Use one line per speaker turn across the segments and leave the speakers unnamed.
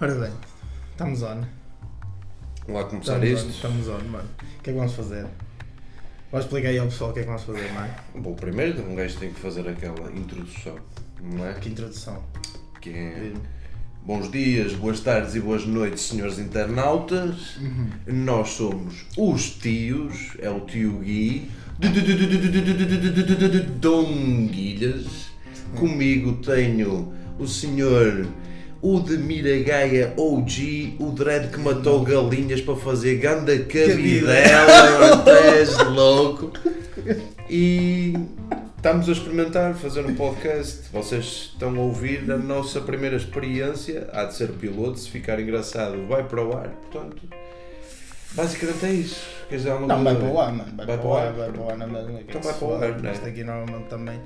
Ora bem, estamos on.
Vamos lá então. começar
Estamos on,
isto.
estamos on, mano. O que é que vamos fazer? Vou explicar aí ao pessoal o que é que vamos fazer, não é?
Bom, primeiro um gajo tem que fazer aquela introdução, não é?
Que introdução.
Que é bons dias, boas tardes e boas noites, senhores internautas. Nós somos os tios, é o tio Gui, Dom Guilhas. Comigo tenho o senhor. O de Miragaia OG, o dread que matou galinhas para fazer ganda cabidela, é? és louco. E estamos a experimentar fazer um podcast. Vocês estão a ouvir a nossa primeira experiência. Há de ser piloto, se ficar engraçado, vai para o ar. Portanto, basicamente é isso. Queres dizer alguma
Não, vai
coisa?
para o ar, mano. Vai, para o ar, vai para
pronto.
o ar na mesma. que é
Então
que
vai
se
para o
foda.
ar, né?
Isto aqui normalmente também.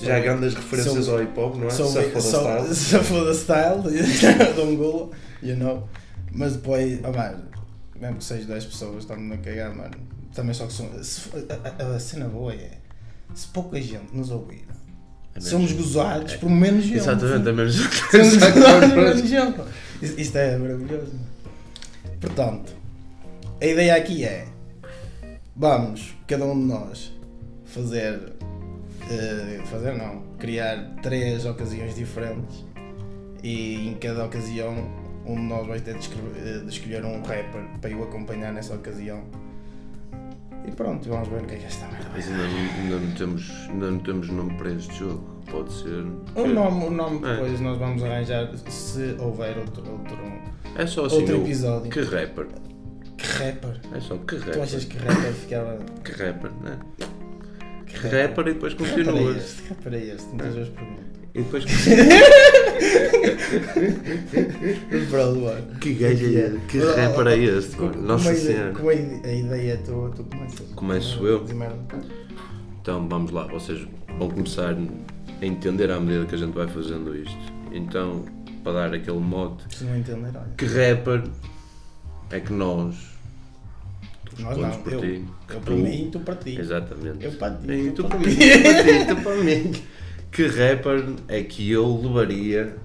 Já há grandes referências ao hip hop, não é?
Sou
Safa da Style.
Safo da Style, de um golo, you know. Mas depois, oh, mano, mesmo que seja 10 pessoas, estamos-me a cagar, mano. Também só que somos. se for- a, a- a cena boa é. Se pouca gente nos ouvir,
É
somos gozados por menos gente.
Exatamente, é a menos.
Somos gozados por menos
Exatamente.
gente. pá. Is- um Isto é maravilhoso. mano. Portanto, a ideia aqui é. Vamos, cada um de nós, fazer eh, fazer não, criar três ocasiões diferentes e em cada ocasião um de nós vai ter de, escre- eh, de escolher um rapper para eu acompanhar nessa ocasião e pronto, vamos ver o que é que é esta merda vai
Mas
ser.
ainda não, ainda não temos, ainda não temos nome para este jogo. Pode ser.
O Um nome, o nome
É.
depois nós vamos arranjar se houver outro, outro
É só assim.
outro
o-
episódio.
Que rapper?
que rapper.
É só que
Tu
rapper.
achas que rapper ficava.
Que rapper, né?
Que
Que rapper e depois
Que rapper é
continuas.
este? Que rapper é este? Muitas vezes pergunto.
E depois tipo
Bro, mano.
Que gajo é esse? Que rapper é este?
Co-
mano?
como
Nossa
a ide-
Senhora.
Como a ide- a ideia é tua, tu começas.
Começo eu?
Primeiro.
Então vamos lá, vocês vão começar a entender à medida que a gente vai fazendo isto. Então, para dar aquele mote,
Se não entender, olha.
que rapper é que nós
Nós
vamos
não,
por
eu.
ti? Que
Eu
tu-
para mim, tu para ti.
Exatamente.
Eu para ti,
E
tu
tu
para
para
ti.
mim, tu para ti, tu para mim. Que rapper é que eu levaria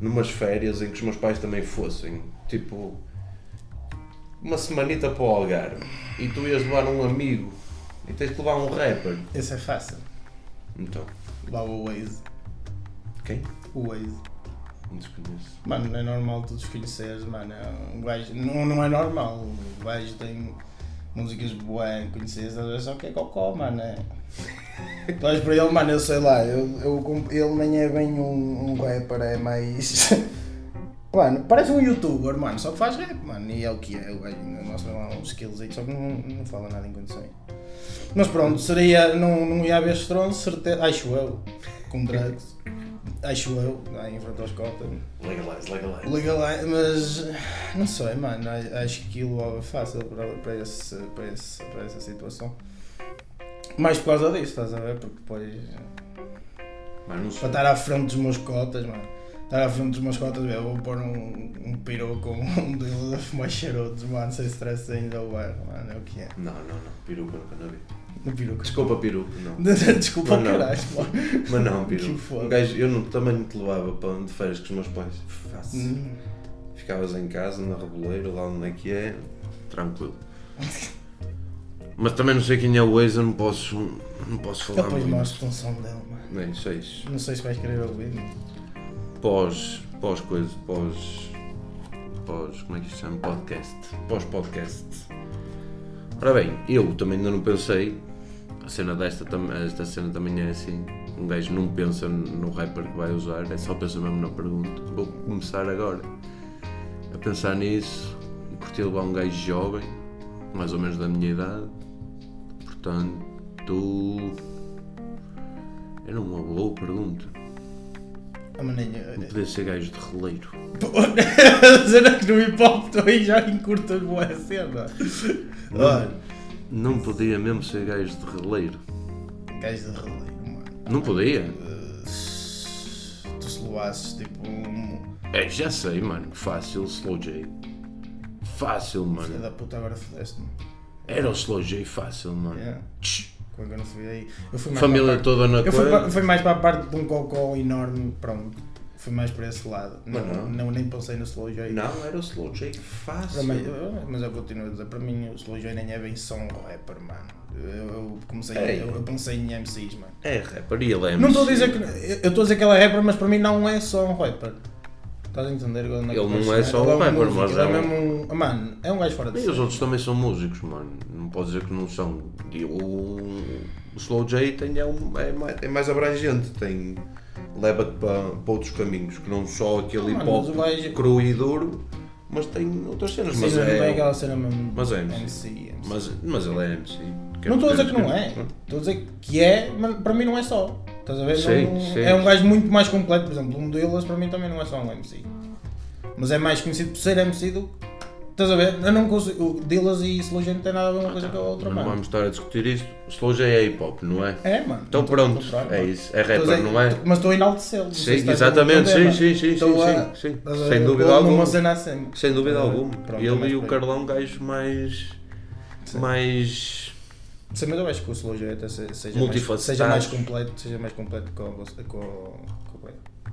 numas férias em que os meus pais também fossem? Tipo, uma semanita para o Algarve e tu ias levar um amigo e tens de levar um rapper.
Esse é fácil.
Então,
Lá o Waze.
quem? Um
O Waze.
Não desconheço.
Mano, não é normal tu desconheceres, mano. é Um gajo. Não, não é normal. O gajo tem músicas boas, conheces, às vezes só que é cocó, mano. É. Tu olhas para ele, mano, eu sei lá, eu, eu comp- ele nem é bem um, um rapper, é mais. Mano, parece um youtuber, mano, só que faz rap, mano, e é o que é, o gajo ainda mostra lá uns skills aí, só que não, não fala nada em condições. Mas pronto, seria, não, não ia haver estronço, certeza, acho eu, com drugs, acho eu, lá em frente aos cotas,
Legalize, legalize.
Legalize, mas não sei, mano. a- Acho que aquilo é fácil para, para, esse, para, esse, para essa situação. Mais por causa disso, estás a ver? Porque depois.
Mas não
Para
sei.
estar à frente dos meus cotas, mano. Estar à frente dos meus cotas, eu vou pôr um, um peru com um dedo a fumar charutos, mano, sem stress ainda o ar, mano. É o que é.
Não, não, não. Peruca, nunca não vi.
No peruca.
Desculpa, peruca, não.
Desculpa,
Mas não.
caralho, mano.
Mas não,
Que
peruca.
foda.
Um gajo, eu não- também não te levava para de férias com os meus pais. Fácil.
Hum.
Ficavas em casa, na Reboleiro, lá onde é que é. Tranquilo. Mas também não sei quem é o Waze, eu não posso, não posso falar
Depois
muito.
mostro-te um som dele, mano.
Nem sei isso.
Não sei se vais querer ouvir, mano.
Pós, pós coisa, pós, pós, como é que isto se chama? Podcast. Pós podcast. Ora bem, eu também ainda não pensei, a cena desta, tam- esta cena também é assim, um gajo não pensa no rapper que vai usar, é só pensa mesmo na pergunta. Vou começar agora a pensar nisso, e curti levar um gajo jovem, mais ou menos da minha idade, portanto, era uma boa pergunta.
A maneira.
Podia ser gajo de releiro.
Será que no hip hop tu aí já encurtas boa a cena? Olha,
Não podia mesmo ser gajo de releiro.
gajo de releio, mano.
Não podia?
Eh, se tu se levasses tipo um.
É, já sei, mano. Fácil, Slow J. Fácil,
Filha
mano.
da puta, agora fodeste-me.
Era o Slow J fácil, mano.
Yeah.
Tch,
Como é que eu não fui aí? Eu fui mais
Família
para a parte-
toda na
Eu fui,
coisa.
pa- fui mais para a parte de um cocó enorme, pronto. Foi mais para esse lado.
Mas
Não,
não.
não. nem pensei no Slow J.
Não, era o Slow J fácil.
Para mim- mas eu continuo a dizer, para mim o Slow J nem é bem só um rapper, mano. Eu, eu comecei,
Ei.
eu, eu pensei em MCs, mano.
É rapper e ele é
Não estou a
MC.
dizer que. eu- Eu estou a dizer que ele é rapper, mas para mim não é só um rapper. Estás a entender? Ele
Ele não é só um rapper, mas
é,
é um-
mesmo um. Mano, é um gajo fora de
E
série.
os outros também são músicos, mano. Não pode dizer que não são. E o, o Slow J tem, é, um- é mais, é mais abrangente, tem. leva-te para, para outros caminhos, que não só aquele
Ah,
hip
mano,
hop
mas o gajo-
cru e duro, mas tem outras cenas.
Mas
Mas,
não é
é,
aquela cena mesmo.
mas é MC.
MC. MC.
mas, mas ele é MC.
não estou a dizer que não é. Estou a dizer que é, mas para mim não é só. Estás a ver?
Sim,
Não-
sim.
É um gajo muito mais completo. Por exemplo, um deles para mim também não é só um MC. Mas é mais conhecido por ser MC do que. Estás a ver? Eu não consigo. o Dillas e Slow J não tem nada a ver uma coisa com a É outra,
Não
mano.
vamos estar a discutir isto. Slow J é hip hop, não é?
É, mano.
Então
Ao contrário,
pronto, é
mano.
isso.
Estou
É
a
rapper,
dizer-
não é?
Então, Mas estou a enaltecê-lo. não sei
Sim,
se estás a
exatamente, sim,
entender,
sim,
mano.
sim, sim,
Estou a-
sim, sim.
estás a
Sem
ver?
dúvida
Vou
alguma.
Numa cena assim.
Sem dúvida
Ah,
alguma.
pronto, é
ele
mais
e o
por aí.
Carlão, gajos mais.
Sim.
mais.
Sim, mas eu acho que o Slow J até se- seja mais,
Multifacetados.
seja mais completo, seja mais completo com, com, com, com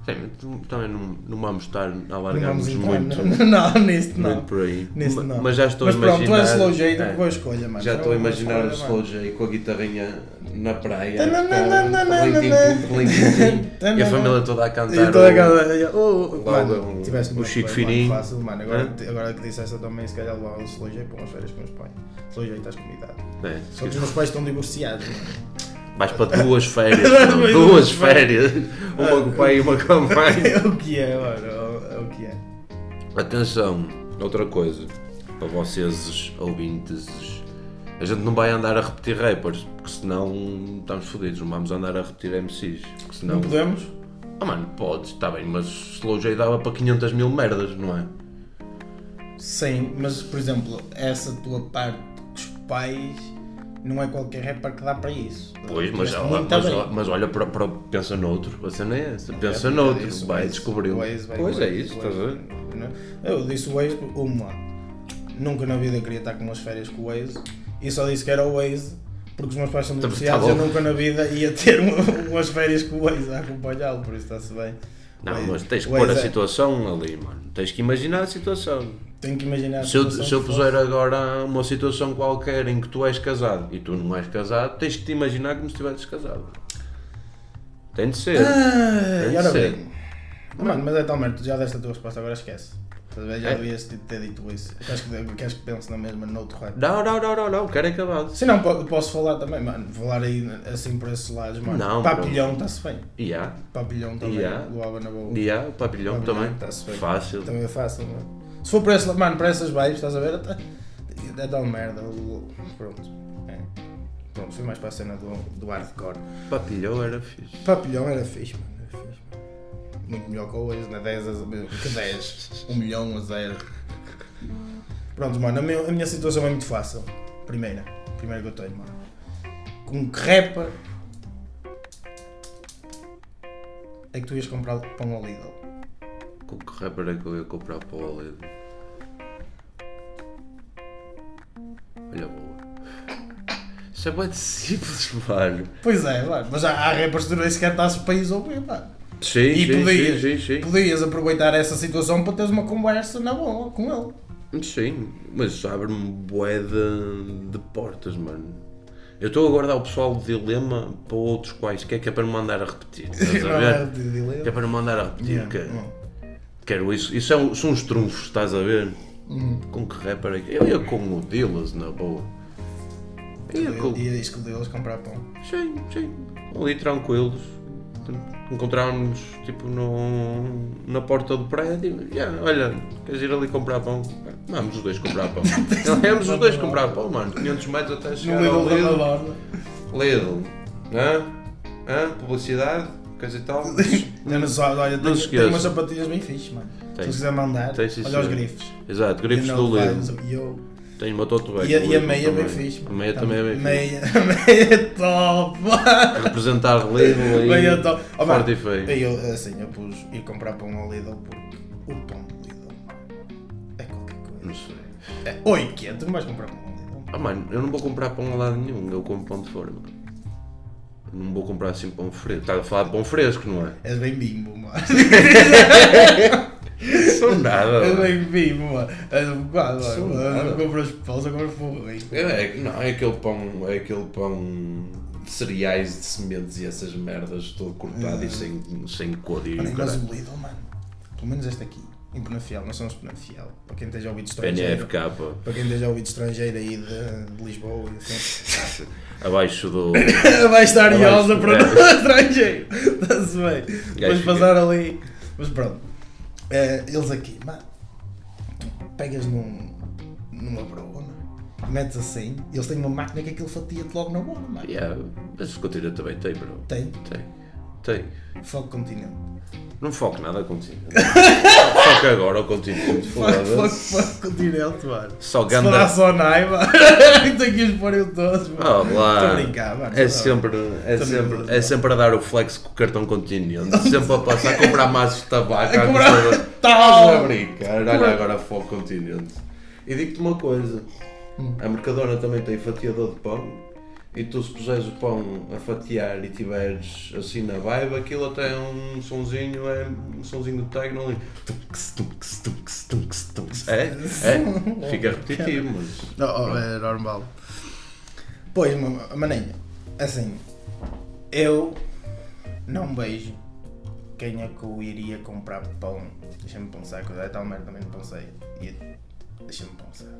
Sim, mas tu- também não, não vamos estar a
Não
alargarmos
entrar,
muito,
Não, não, nisto
muito
não.
por aí.
Nisto
Ma-
não.
Mas já estou
Mas
a
pronto,
imaginar.
tu és Slow J,
é,
é. boa escolha, mano.
já estou
boa
a imaginar o
escolha,
Slow J com a guitarrinha na praia.
Tananana,
com- com lentinho, lentinho, E a
Tananana.
família toda a
mano.
cantar.
E toda
o-
aquela. Oh, oh,
o-
Mano, tiveste
o
muito
um- Chico
bem, mano,
Fininho.
Fácil, mano. Agora,
Hã?
agora que disseste eu também, se calhar lá o Slow J para umas férias com os pais. Slow J, estás convidado.
É,
Só que os meus pais estão divorciados, mano.
Vais para duas férias. não,
Mas
duas
duas
férias. Um Uma com o pai e uma com a mãe.
É o que é, mano. É o que é.
Atenção, outra coisa, para vocês ouvintes, a gente não vai andar a repetir rappers, porque senão estamos fodidos, não vamos andar a repetir MCs, porque senão...
Não podemos?
Ah mano, podes, está bem, mas Slow J dava para 500 mil merdas, não é?
Sim, mas por exemplo, essa tua parte com os pais não é qualquer rapper que dá para isso.
Pois, mas,
Tiveste
olha,
muito
mas,
bem.
olha- mas olha, para, para, pensa noutro, a cena é essa, pensa
É,
noutro,
isso,
vai
isso,
descobrir.
o Waze, vai,
Pois
o
é
Waze,
isso,
o
estás a ver?
Waze, né? Eu disse o Waze, uma, nunca na vida queria estar com umas férias com o Waze e só disse que era o Waze porque os meus pais são
Tá- tá
divorciados
bom.
eu nunca na vida ia ter um- umas férias com o Waze a acompanhá-lo, por isso está-se bem.
Não,
Waze-
mas tens que
Waze
pôr a
é-
situação ali, mano, tens que imaginar a situação.
Tenho que imaginar. a
Se eu,
situação
se eu
que
puser agora uma situação qualquer em que tu és casado e tu não és casado, tens que te imaginar como se estivesses casado. Tem de ser.
Ah,
Tem
e
de
ora
ser.
bem. Mano, mas é tal merda, tu já deste a tua resposta, agora esquece. Estás a ver? Já
É.
devias ter- ter dito isso. Queres que, queres que pense na mesma, noutro rap?
Não, não, não, não, não, quero acabado.
Se não, po- posso falar também, mano. Falar aí assim por esses lados, mano.
Não,
Papilhão está-se bem.
E há,
Papilhão também.
Yeah.
Luaba na boa.
e há, o pavilhão
Pavilhão,
também.
tá-se Tá bem.
Fácil.
Também é fácil, mano. Se for por esse lado, mano, para essas vibes, estás a ver? Até- É tal merda. Pronto. É. Pronto, fui mais para a cena do, do hardcore.
Papilhão era fixe.
Papilhão era fixe, mano. Era fixe, mano. Muito melhor que hoje, na 10 a que 10. 1 milhão a 0. Pronto, mano, a, meu- a minha situação é muito fácil. Primeira. Primeira que eu tenho, mano. Com que rapper é que tu ias comprar pão ao Lidl?
Com que rapper é que eu ia comprar para o Aled? Olha boa. Isso é muito simples, mano.
Pois é, mano. Mas há, há rappers que tu nem sequer estás para país ouvir, mano.
Sim,
E
sim,
podias,
sim, sim, sim.
podias aproveitar essa situação para teres uma conversa na boa com ele.
Sim, mas isso abre-me bué de, de portas, mano. Eu estou a guardar o pessoal de dilema para outros quaisquer, que é para não mandar a repetir. Estás a
Não é
ver?
de dilema.
Que é para não mandar a repetir.
Yeah,
que-
não.
Quero isso. Isso é um- são os trunfos, estás a ver? Com que rapper é que. Eu ia com o Dillas, na boa. Eu ia com.
E diz que o Deus comprar pão.
Sim, sim. Ali tranquilos. Encontrámos-nos tipo no, na porta do prédio. "Ya, olha, queres ir ali comprar pão? Vamos os dois comprar pão. Vamos os dois comprar pão, mano. 500 metros até
No
chegar ao
Lidl da
Lidl.
Malorda.
Lidl. Hã? Hã? Publicidade? Coisa e tal?
Não, não sabe, olha,
se
tenho,
esqueça.
tenho umas sapatilhas bem fixe, mano.
Tem.
Se quiser mandar,
Tem, sim,
olha os
senhor.
grifos.
Exato, grifos
You
do
know,
Lidl.
vibes, yo.
Tenho uma tatuagem.
E a, e
do
a
Lidl
meia é bem
também.
fixe.
A meia também é bem fixe.
meia, meia é top, mano.
Representar Lidl e.
Meia top. Oh, mano,
Forte e feio.
eu, assim, eu pus ir comprar pão ao Lidl porque o pão do Lidl é qualquer coisa.
Não sei.
É, oi, que é? Tu não vais comprar pão ao Lidl?
Ah, mano, eu não vou comprar pão a lado nenhum, eu como pão de forma. Não vou comprar assim pão fresco. Estás a falar de pão fresco, não é?
És bem bimbo, mano.
Sou nada.
És
mano.
bem bimbo, mano. És um bocado,
Sou
mano.
nada.
Não compras pão, só compras pão. hein?
É, é- não, é aquele pão, é aquele pão de cereais, de sementes e essas merdas todo cortado e sem, sem cor e o
Mano, Ah. mas
caralho.
o Lidl, mano. Pelo menos este aqui. Em Penafiel, nós somos Penafiel. Para quem esteja a ouvir de estrangeiro.
PNFK,
Para quem esteja a ouvir de estrangeiro aí de, de Lisboa e assim.
abaixo do...
Vai estar
Abaixo
iosa
do
para
gajo.
todo estrangeiro. Está-se bem. Depois
fica-
passar ali. Mas pronto. Eh, eles aqui, mano. Tu pegas num, numa brona, metes assim, eles têm uma máquina que aquilo fatia-te logo na bola, mano.
Yeah, mas o continente também tem, bro.
Tem.
Tem. Tem.
Foco continente.
Não foco nada ao continente. foco agora ao continente.
Fuck, fuck,
foda-se.
fuck, continente, mano.
Só
Se
ganda...
falar só Nai, mano. Tenho que expor eu todos, mano. Estou a
Olá!
brincar, mano.
Ah, É
Só-
sempre, é,
Tô
sempre,
nervoso,
é sempre a dar o flex com o cartão continente, sempre a passar a comprar maços de tabaco.
A
à
comprar-
custa da-
Tal!
Estás a brincar, olha agora foco continente. E digo-te uma coisa:
Hum.
a Mercadona também tem fatiador de pão. E tu, se puseres o pão a fatiar e tiveres assim na vibe, aquilo até é um sonzinho, é um sonzinho de techno ali. Tunks, tunks, tunks, tunks, tunks. É, é, fica repetitivo, mas.
Não, oh, é normal. Pois, ma- maninha, assim, eu não vejo quem é que eu iria comprar pão. Deixa-me pensar, que eu é tal merda, também não pensei. E Deixa-me pensar.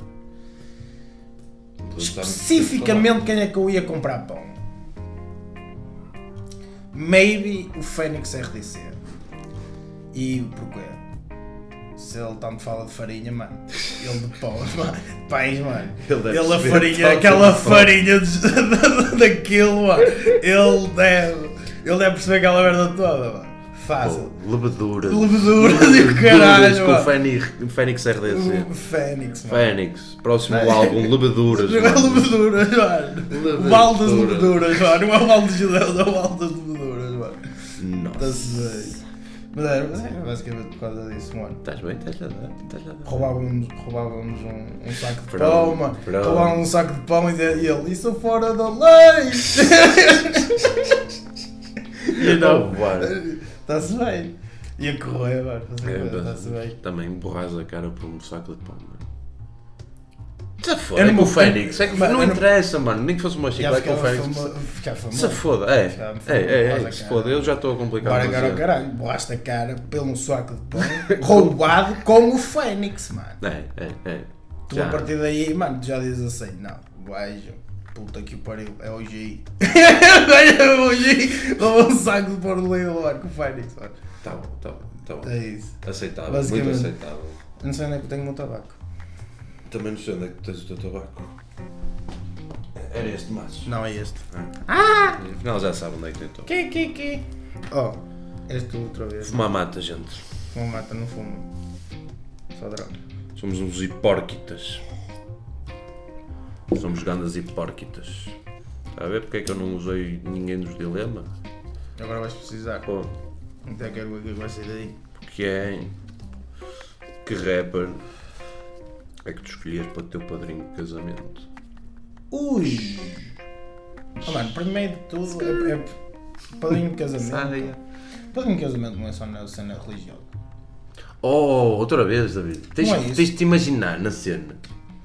Especificamente quem é que eu ia comprar pão? Maybe o Fênix RDC. E porquê? Se ele tanto fala de farinha, mano. Ele de pão, mano. Pães, mano.
Ele deve
Ele, a
saber
farinha,
tanto
aquela
de pão.
farinha de- daquilo, mano. Ele deve. Ele deve perceber aquela merda toda, mano. Fácil.
Leveduras.
Leveduras e o
Leveduras
caralho,
com é. o
mano.
Fénix, Fénix RDC.
O Fênix, mano.
Fénix, próximo álbum, Leveduras.
Não é leveduras, mano. O balde das leveduras, mano. Não é o balde de judeus, é o balde das leveduras, mano.
Nossa.
Está-se bem. Mas era, mas era basicamente por causa disso, mano.
Estás bem? Estás a dar? Estás a dar?
Roubávamos, roubávamos um, um saco de
Pronto,
pão, mano.
pronto.
Roubávamos um saco de pão e dizia- e ele, isso é fora da lei!
E então, não, mano.
Está-se bem. E a correr, mano.
É,
Está-se
mas
bem.
Também borras a cara por um saco de pão, mano. Já foda,
Eu
é
não
com o
vou-
Fénix. É que
Mano,
não
eu não-
interessa, mano. Nem que fosse uma
Já
chiclete com o
ficava
Fénix.
famo- ficava famoso.
Se foda, é.
Já me
É, é,
borras
é.
a
Se
cara.
foda, eu já estou a complicar.
Bora agora ao
demasiado.
caralho, borraste a cara pelo um saco de pão roubado como o Fênix, mano.
É, é, é.
Tu
Já.
a partir daí, mano, tu já dizes assim, não, gajo, puta que o pariu, é hoje aí. é hoje aí, roubou um saco de pão do Lidl, mano, com o Fênix, mano.
Tá bom, tá bom, tá bom.
É isso.
Aceitável, muito
Basicamente.
aceitável.
Eu Não sei onde é que eu tenho o meu tabaco.
Também não sei onde é que tens o teu tabaco. Era este maço.
Não, é este.
Afinal já sabem onde é que tem o tabaco.
Que, que, que? Oh, és tu outra vez.
Fumar mata, gente.
Não mata, não fumo. Só droga.
Somos uns hipórquitas. Somos gandas hipórquitas. Está a ver porque é que eu não usei ninguém dos dilema?
Agora vais precisar.
Pô,
Até quero ver o que é que vai sair daí.
porque é. Que rapper é que tu escolhias para o teu padrinho de casamento?
Ui! Oh, mano, primeiro de tudo é, é padrinho de casamento. Padrinho de casamento não é só na cena religiosa.
Oh, outra vez, David. Tens,
Não é isso.
tens de te imaginar na cena.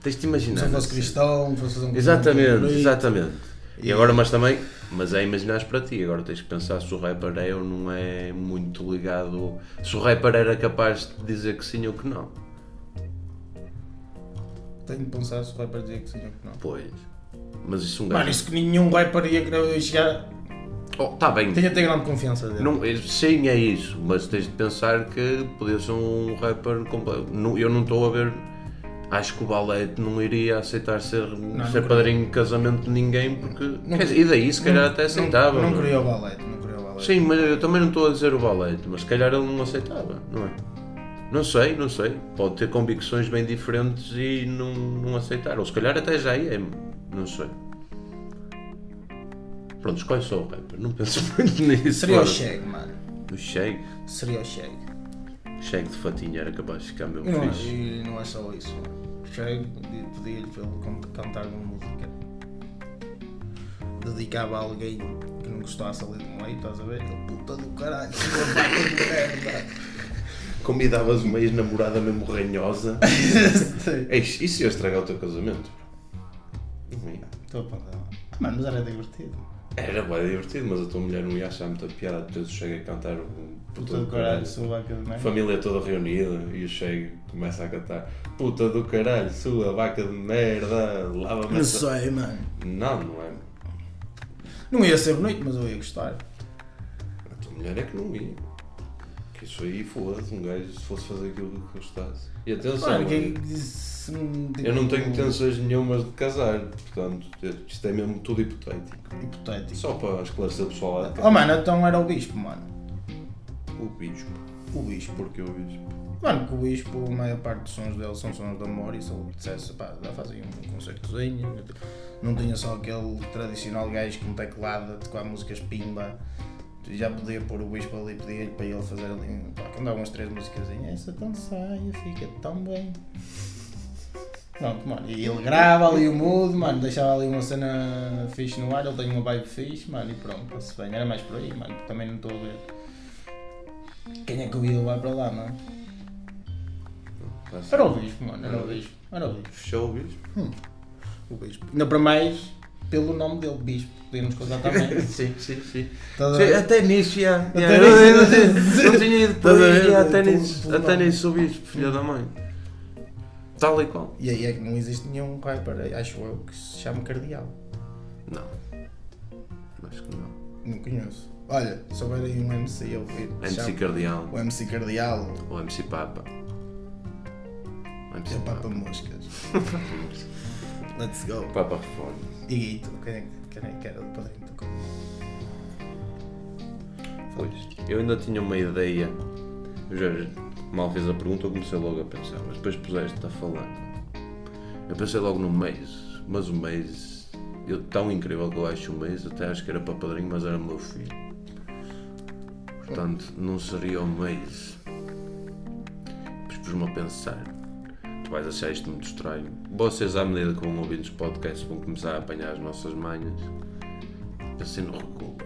Tens de te imaginar.
Se eu
na
fosse
cena.
cristão, fosse fazer um
Exatamente,
casamento,
exatamente. E agora, mas também, mas é imaginares para ti, agora tens que pensar se o rapper é ou não é muito ligado, se o rapper era capaz de dizer que sim ou que não.
Tenho de pensar se o rapper dizia que sim ou que não.
Pois. Mas isso um gajo.
Mano, isso que nenhum rapper ia querer chegar.
Oh, tá bem.
Tenho até grande confiança dele.
Não, é- sim, é isso, mas tens de pensar que podia ser um rapper completo. Não- Eu não estou a ver. Acho que o Balete não iria aceitar ser, ser
não
padrinho de casamento de ninguém, porque. quer dizer, e daí, se calhar, até aceitava. é?
Não,
mas-
não queria o balete, não queria o balete.
Sim, mas eu também não estou a dizer o valete, mas se calhar ele não aceitava, não é? Não sei, não sei. Pode ter convicções bem diferentes e não, não aceitar. Ou se calhar até já é, não sei. Pronto, escolhe só o rapper, não penso muito nisso.
Seria o
foda-se.
Cheg, mano.
O Shake?
Seria o Cheg.
Shake de fatinha era capaz de ficar meu
E não, é-
fixe.
e não é só isso. Cheg pedia-lhe para ele can- cantar uma música. Dedicava a alguém que que não gostasse ali do meio, estás a ver? Aquele puta do caralho, que babaca de merda.
Convidavas uma ex-namorada mesmo ranhosa. Eis, isso ia estragar o teu casamento. Não ia.
Estou a apontar. Ah, mano, mas era divertido.
Era bem divertido, mas a tua mulher não ia achar muita piada. Depois eu chego a cantar o
Puta do caralho, sou babaca de merda.
Família toda reunida e eu chego e começo a cantar Puta do caralho, sua vaca de merda, lava-me
Não
essa-"
sei, mano.
Não, não é.
Não ia ser bonito, mas eu ia gostar.
A tua mulher é que não ia. Que isso aí foda-se, um gajo se fosse fazer aquilo que gostasse. E atenção,
Mano, quem
eu,
é que disse. tipo,
eu não tenho intenções nenhumas de casar, portanto, isto é mesmo tudo hipotético.
Hipotético.
Só para esclarecer o pessoal lá de
Oh,
casa.
mano, então era o bispo, mano.
O bispo.
O bispo.
Porquê o bispo?
Mano, que o Bispo, a maior parte dos sons dele são sons de amor e se ele dissesse, pá, dá fazem um concertozinho, não tinha só aquele tradicional gajo com teclado a tocar músicas pimba, tu já podia pôr o Bispo ali, pedir-lhe para ele fazer ali, um, pá, cantar umas três músicas essa é tão saia, fica tão bem. Pronto, mano, e ele grava ali o mood, mano, deixava ali uma cena fixe no ar, ele tem uma vibe fixe, mano, e pronto, está-se bem, era mais por aí, mano, porque também não estou a ver quem é que eu ia levar para lá, mano. Era o bispo, mano, era o bispo. Era o bispo.
Fechou o bispo?
O bispo. Ainda para mais, pelo nome dele, bispo. Podíamos coisar também.
sim, sim, sim.
Estás a
Sim,
ver?
até nisso, já.
Até
Já,
nisso.
eu não tinha- não tinha ido para
Estás a
aí,
ver?
já, até
Tudo-
nisso,
tudo
até
mal.
nisso sou bispo, filha da mãe. Tal e qual.
E aí é que não existe nenhum rapper, acho eu, que se chama Cardeal.
Não. Acho que não.
Não conheço. Olha, se houver aí um MC a ouvir, que se
MC
chama-
Cardeal,
o MC Cardeal,
ou MC Papa. Ou MC
é Papa
Papa.
Moscas. Let's go.
Papa Reforma.
E tu, quem é que- quem é que era o padrinho do corpo?
Pois, eu ainda tinha uma ideia. Eu já mal fiz a pergunta, eu comecei logo a pensar, mas depois puseste a falar. Eu pensei logo no mês, mas o mês. Eu, tão incrível que eu acho o mês, até acho que era para padrinho, mas era meu filho. Portanto, não seria o mês. Depois pus-me a pensar. Tu vais achar isto muito estranho. Vocês, à medida que vão ouvindo os podcasts, vão começar a apanhar as nossas manhas. Pensei no Recuba.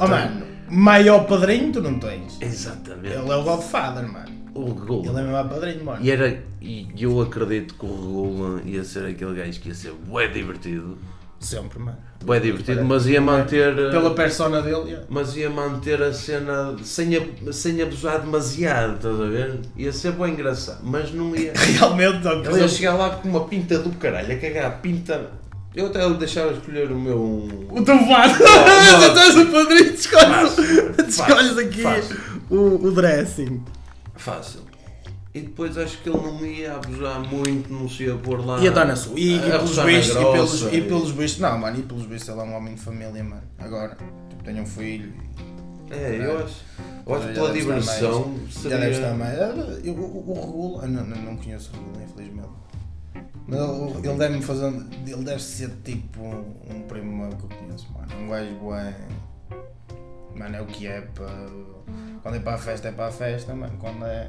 Oh, mano, maior padrinho tu não tens.
Exatamente.
Ele é o Godfather, mano.
O Regula.
Ele é meu padrinho, mano.
E, era, e eu acredito que o Regula ia ser aquele gajo que ia ser bué divertido.
Sempre, mano.
Bué divertido, mas ia manter. eh,
Pela persona dele, yeah.
Mas ia manter a cena sem, ab- sem abusar demasiado, estás a ver? Ia ser bem engraçado, mas não ia.
realmente, ó,
Ele ia
é que
chegar lá com uma pinta do caralho, a cagar a pinta. Eu até deixava escolher o meu. um
o teu vaso.
Não, não.
Tu estás o padrinho, escolhes,
Fácil,
tu escolhes aqui
fácil.
o, o dressing.
Fácil. E depois acho que ele não ia abusar muito, não se ia pôr lá.
E a Dona Su, e, e
Ah, a
pelos
Susana
bichos, e pelos,
Grossa,
e pelos bichos, não, mano, e pelos bichos, ele é um homem de família, mano. Agora, tipo, tenho um filho.
É, eu acho. Eu acho
já
que pela
deve estar
diversão
mais-
seria.
Já deve estar mais. Ah, eu- o, o Regula, ah, não, não, não conheço o Regula, infelizmente. Mas ele, ele deve-me fazer. um, Ele deve ser tipo um, um primo meu que eu conheço, mano. Um gajo bué. Mano, é o que é. Para, quando é para a festa, é para a festa, mano. Quando é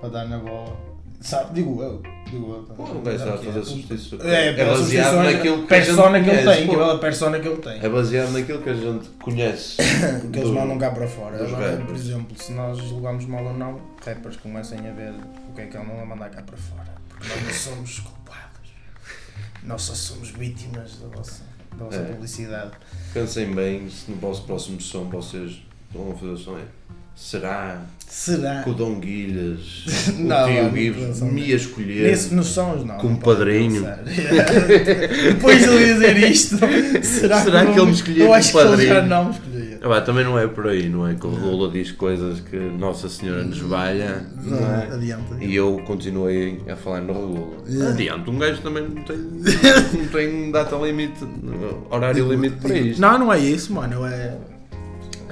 para dar na bola. Sabe? Digo eu. Digo eu.
Pô, um gajo
Sabe
sabe
o que é?
fazer substituições.
É, é
É baseado
baseado
naquilo que a gente
persona que ele
conhece,
tem,
pô.
pela persona que ele tem.
É baseado naquilo que a gente conhece.
que eles
do-
mandam cá para fora.
dos
Agora, por
rappers.
exemplo, se nós julgamos mal ou não, rappers comecem a ver o que é que andam a mandar cá para fora. Porque nós não somos culpados. Nós só somos vítimas da vossa, da vossa
É.
publicidade.
Pensem bem se no vosso próximo som vocês vão fazer o som. É. Será
Será?
que o Dom Guilhas,
Ah. Não,
o
não
Tio Gibbs,
pensam
me ia escolher?
Nesse, nos sons, não.
Com
não
um
pode
padrinho.
pensar. Depois de eu dizer isto, será,
Será que
não-
ele me escolhia
Eu
como
acho que ele já
padrinho?
não me escolhia.
Ah, pá, também não é por aí, não é? Que o Lula diz coisas que Nossa Senhora nos valha.
Não,
não é?
adianta.
E eu continuei a falar no regula. Adiante, um gajo também não tem, não tem data limite, horário
Tipo,
limite para isto.
Não, não é isso, mano. É...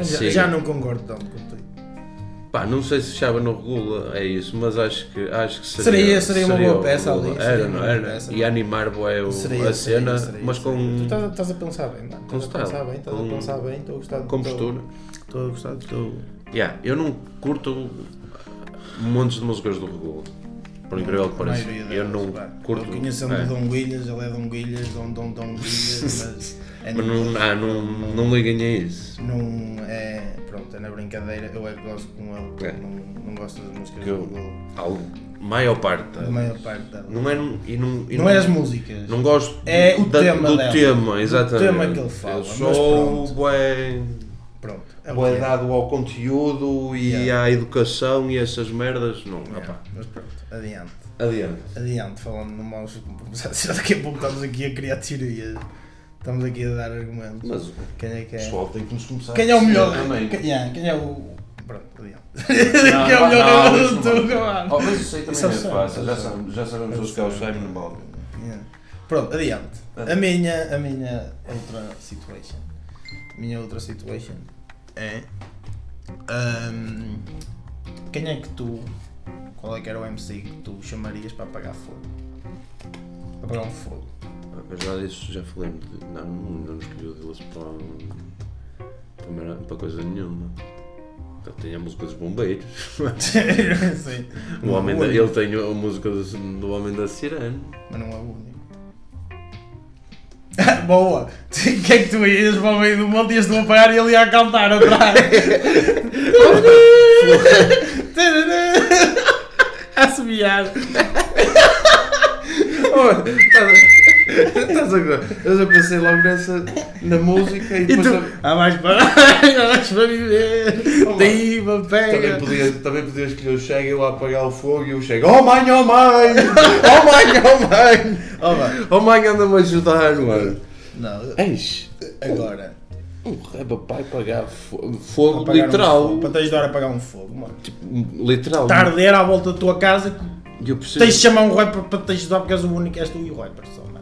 Já,
Sim.
já não concordo tanto contigo.
Pá, não sei se fechava no regula, é isso, mas acho que, acho que
Seria-
seria.
seria uma boa
o
peça
Regula.
ali, seria
Era,
uma
não
boa
era?
peça.
E animar boé a
Seria,
cena,
seria, seria,
mas
seria. Tá, Tu
com,
estás, a- estás a pensar bem, mano.
Com
Estás a pensar
style.
bem, estás a
Com-
pensar bem, estou a gostar do
com
teu-
postura.
Estou a gostar do teu.
Yeah, eu não curto montes de músicas do regula. Por É incrível que
A
pareça.
maioria
Eu
delas,
não
pá.
curto.
Eu conheço um
é.
o Dom Guilhas, ele é Dom Guilhas, Dom Dom Dom Guilhas, mas É
Mas não, ah, não, não liguem a isso.
Não é. Pronto, é na brincadeira. Eu é que gosto com ele.
É.
Não, não gosto das músicas
Que eu-
do Google.
A maior parte.
A maior parte dela. Não,
Não é, e não, e
é as músicas.
Não gosto
É o
da-
tema
do
dela.
tema, exatamente.
tema que ele fala,
Eu
mas
sou
pronto.
bué,
Pronto. É o que
bué
é.
dado ao conteúdo e
Yeah.
à educação e essas merdas. Não,
É,
opá.
Mas pronto, adiante.
Adiante.
Adiante, falando no mouse, vamos começar a dizer daqui a pouco estamos aqui a criar teorias. Estamos aqui a dar argumentos.
Mas o
Quem é que é?
pessoal tem que nos começar
Quem é o
a
melhor?
perceber também.
Quem, yeah, quem é o. Pronto, adiante.
Não,
quem é o melhor
não, não,
jogador do
isso não
Tuga, mano?
Oh, mas isso aí
Isso eu
também é
sei,
fácil.
eu
Já
sei.
sabemos, já sabemos
Eu
hoje que é o
sei.
Simon Balbi.
Yeah. Pronto, adiante. A
Adiante.
minha, a minha outra situation. A minha outra situation é. ahm, quem é que tu. Qual é que era o MC que tu chamarias para apagar fogo? Para apagar um fogo.
Mas já disso já falei. muito. Não, não nos pediu de luz para, para, mer- para coisa nenhuma. Ele tem a música dos bombeiros.
Sim.
O homem da,
Olha,
ele tem a música do, do Homem da Sirene.
Mas não é o único. Boa! O que é que tu ias para o meio do monte e ias-te apagar e ele ia a cantar atrás? a assobiar.
Oh, Estás agora? Eu já pensei logo nessa, na música e
E
depois
tu,
tam-
há mais para há mais para viver,
Olá.
daí me
também,
pega.
podia, também podia escolher o Chega eu a apagar o fogo e o Chega Oh mãe, oh mãe! Oh mãe, oh mãe!
Oh, vá.
Oh mãe, anda-me a ajudar, mano!
não,
Eis,
agora.
um reba pai pagar fogo,
para
fogo
apagar um
literal.
fogo, para te ajudar a apagar um fogo, mano.
Tipo, literal.
Está a arder à volta da tua casa
E eu preciso...
Tens de chamar um rapper para te ajudar porque és o único, és tu e o rapper só, mano.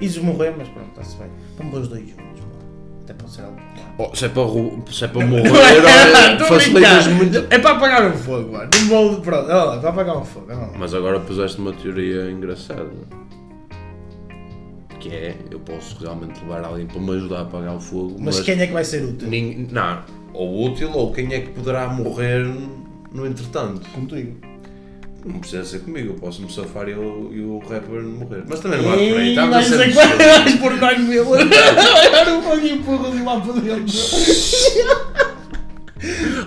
Isso morrer, mas pronto, está-se bem. Vamos pôr os dois juntos, mano. Até pode ser algo.
Oh, se é para, ru- se é para morrer, olha, um facilitas muito.
É para apagar o fogo, mano. Não vou. Pronto, olha lá, para apagar o fogo. olha lá.
Mas agora puseste uma teoria engraçada. Que é, eu posso realmente levar alguém para me ajudar a apagar o fogo,
Mas,
mas,
quem é que vai ser útil?
nin- não, ou útil ou quem é que poderá morrer no entretanto.
Contigo.
Não precisa ser comigo, eu posso me safar e o, e o rapper morrer. Mas também não há por aí, tá, é
Ei,
estamos a
vais
ser
dizer que
absurdos.
vais pôr 9 mil. Vai dar um fogo e porra ali lá para dentro.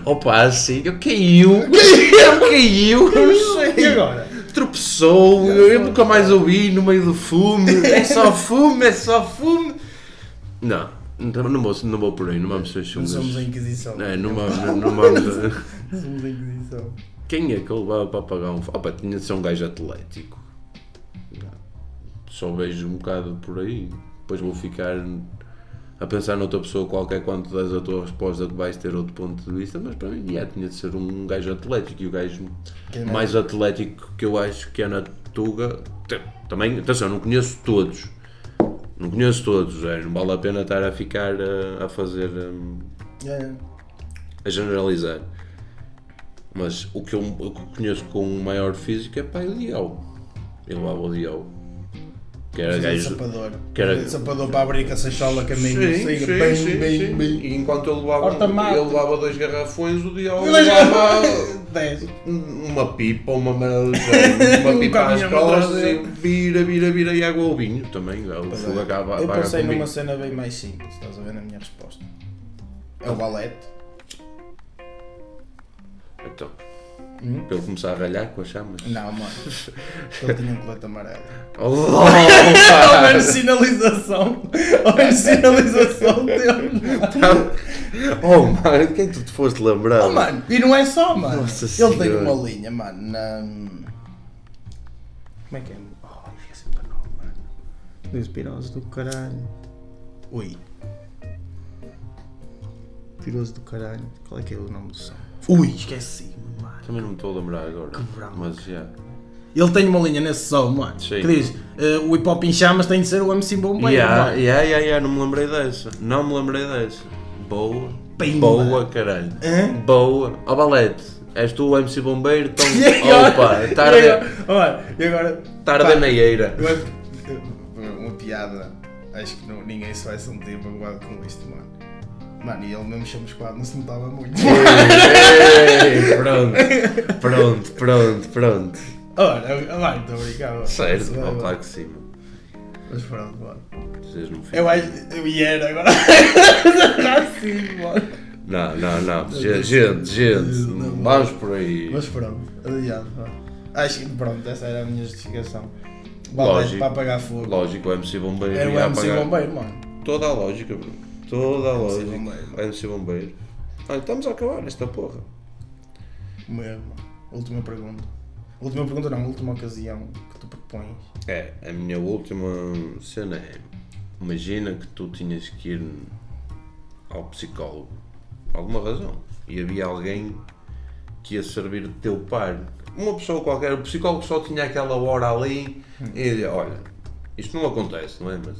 Opa, assim, eu caiu, eu caiu, eu não
E
sei.
agora?
tropeçou, eu nunca mais ouvi no meio do fume, é só fume, é só fume. Não, não, não vou, não vou por aí, não vamos ser
Não
chungas.
somos a Inquisição.
É, não vamos, não, não vamos.
Não somos a Inquisição.
Quem é que eu levava para pagar um. Opa, tinha de ser um gajo atlético. Só vejo um bocado por aí. Depois vou ficar a pensar noutra pessoa qualquer quando tu dás a tua resposta que vais ter outro ponto de vista, mas para mim yeah, tinha de ser um gajo atlético e o gajo
Quem é?
mais atlético que eu acho que é na Tuga. T- Também, atenção, não conheço todos. Não conheço todos, é, não vale a pena estar a ficar a, a fazer. hum,
É.
a generalizar. Mas o que eu, o que eu conheço com maior físico é pai o Dial. Eu levava o Dial. Que era
Fazer de
gajo.
sapador.
que era-
Fazer de sapador para abrir com a seixola caminho. Siga, bem, bem, bem.
E enquanto eu levava,
Horta mata.
eu levava dois garrafões, o Dial
Dois
levava
Dez.
uma pipa, uma merda do género, uma
Um
pipa às
caminhão atrás
costas e
dele. é.
vira, vira, vira e água ao vinho também. O fogo acaba
Eu
apaga
pensei
com
numa
vinho.
cena bem mais simples, estás a ver na minha resposta. É o balete.
Então,
Hum?
para ele começar a ralhar com as chamas.
Não, mano. Ele tinha um colete amarelo.
Oh,
Ao menos sinalização. Ao menos sinalização temos.
oh mano, quem tu te foste lembrar?
Oh, mano, e não é só, mano.
Nossa
Ele tem
Senhora.
uma linha, mano. Na... Como é que é? Oh, esqueci o nome, mano. Luís Piroso do caralho. Ui. Piroso do caralho. Qual é que é o nome do som? Ui, esqueci, mano.
Também não me estou a lembrar agora.
branco.
Mas já.
Ele tem uma linha nesse som, mano.
Sim.
Que diz: eh, o hip hop em chamas tem de ser o MC Bombeiro.
Yeah,
mano.
yeah, yeah, yeah, não me lembrei dessa. Não me lembrei dessa. Boa.
Pimba.
Boa, caralho.
Hã?
Boa. Ó Balete, és tu o MC Bombeiro? Então.
E agora-
Opa, tá
E agora,
tarde,
oh, mano, e agora
tarde é
pá,
na eira.
Eu acho que- Uma piada, acho que não- ninguém se vai sentir magoado com isto, mano. Mano, e ele mesmo chama quadro não se notava muito.
Ei, pronto, pronto, pronto, pronto.
Ora, mano, estou a brincar, mano.
Certo,
Mas,
ó,
mano,
claro que sim. mano.
Mas pronto, mano.
vocês não ficam.
Eu acho. Eu ia agora. assim, mano.
Não, não, não. Gente, gente, gente,
Não, não.
vamos por aí.
Mas pronto, adiado. vá. Acho que pronto, essa era a minha justificação.
Lógico.
Balde para apagar fogo.
Lógico, o MC Bombeiro.
Era É o
ia
MC
apagar-
Bombeiro, mano.
Toda a lógica, bro. Toda a
MC
lógica.
Bombeiro.
MC Bombeiro. Olha, estamos a Ah, então acabar esta porra.
Mesmo. Última pergunta. Última pergunta não, última ocasião que tu propões.
É, a minha última cena é. Imagina que tu tinhas que ir ao psicólogo por alguma razão e havia alguém que ia servir de teu par. Uma pessoa qualquer, o psicólogo só tinha aquela hora ali e dizia, olha, isto não acontece, não é? Mas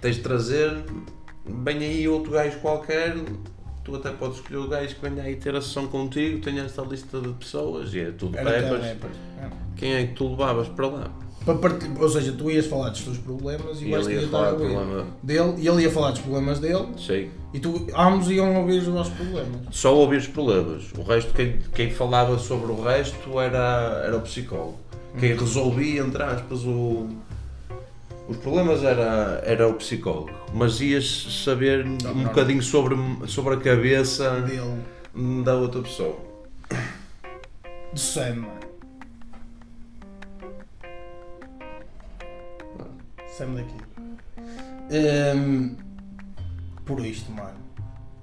tens de trazer, bem aí outro gajo qualquer, tu até podes escolher o gajo que venha aí ter a sessão contigo, tenha esta lista de pessoas e é tudo
Era
pepas.
até rappers. É.
Quem é que tu levavas para lá?
Para partir, ou seja, tu ias falar dos teus problemas e,
E
o gajo
ele
ia
ia
estar
falar
a
do
ouvir
problema.
dele e ele ia falar dos problemas dele
Sei.
e tu ambos iam ouvir os vossos problemas.
Só ouvir os problemas. O resto, quem, quem falava sobre o resto era, era o psicólogo. Quem
Hum.
resolvia, entre aspas, o, os problemas era, era o psicólogo. Mas ias saber um
não.
bocadinho sobre, sobre a cabeça
Dele
da outra pessoa.
de Sam, mano. Sam daqui. Hum, por isto, mano.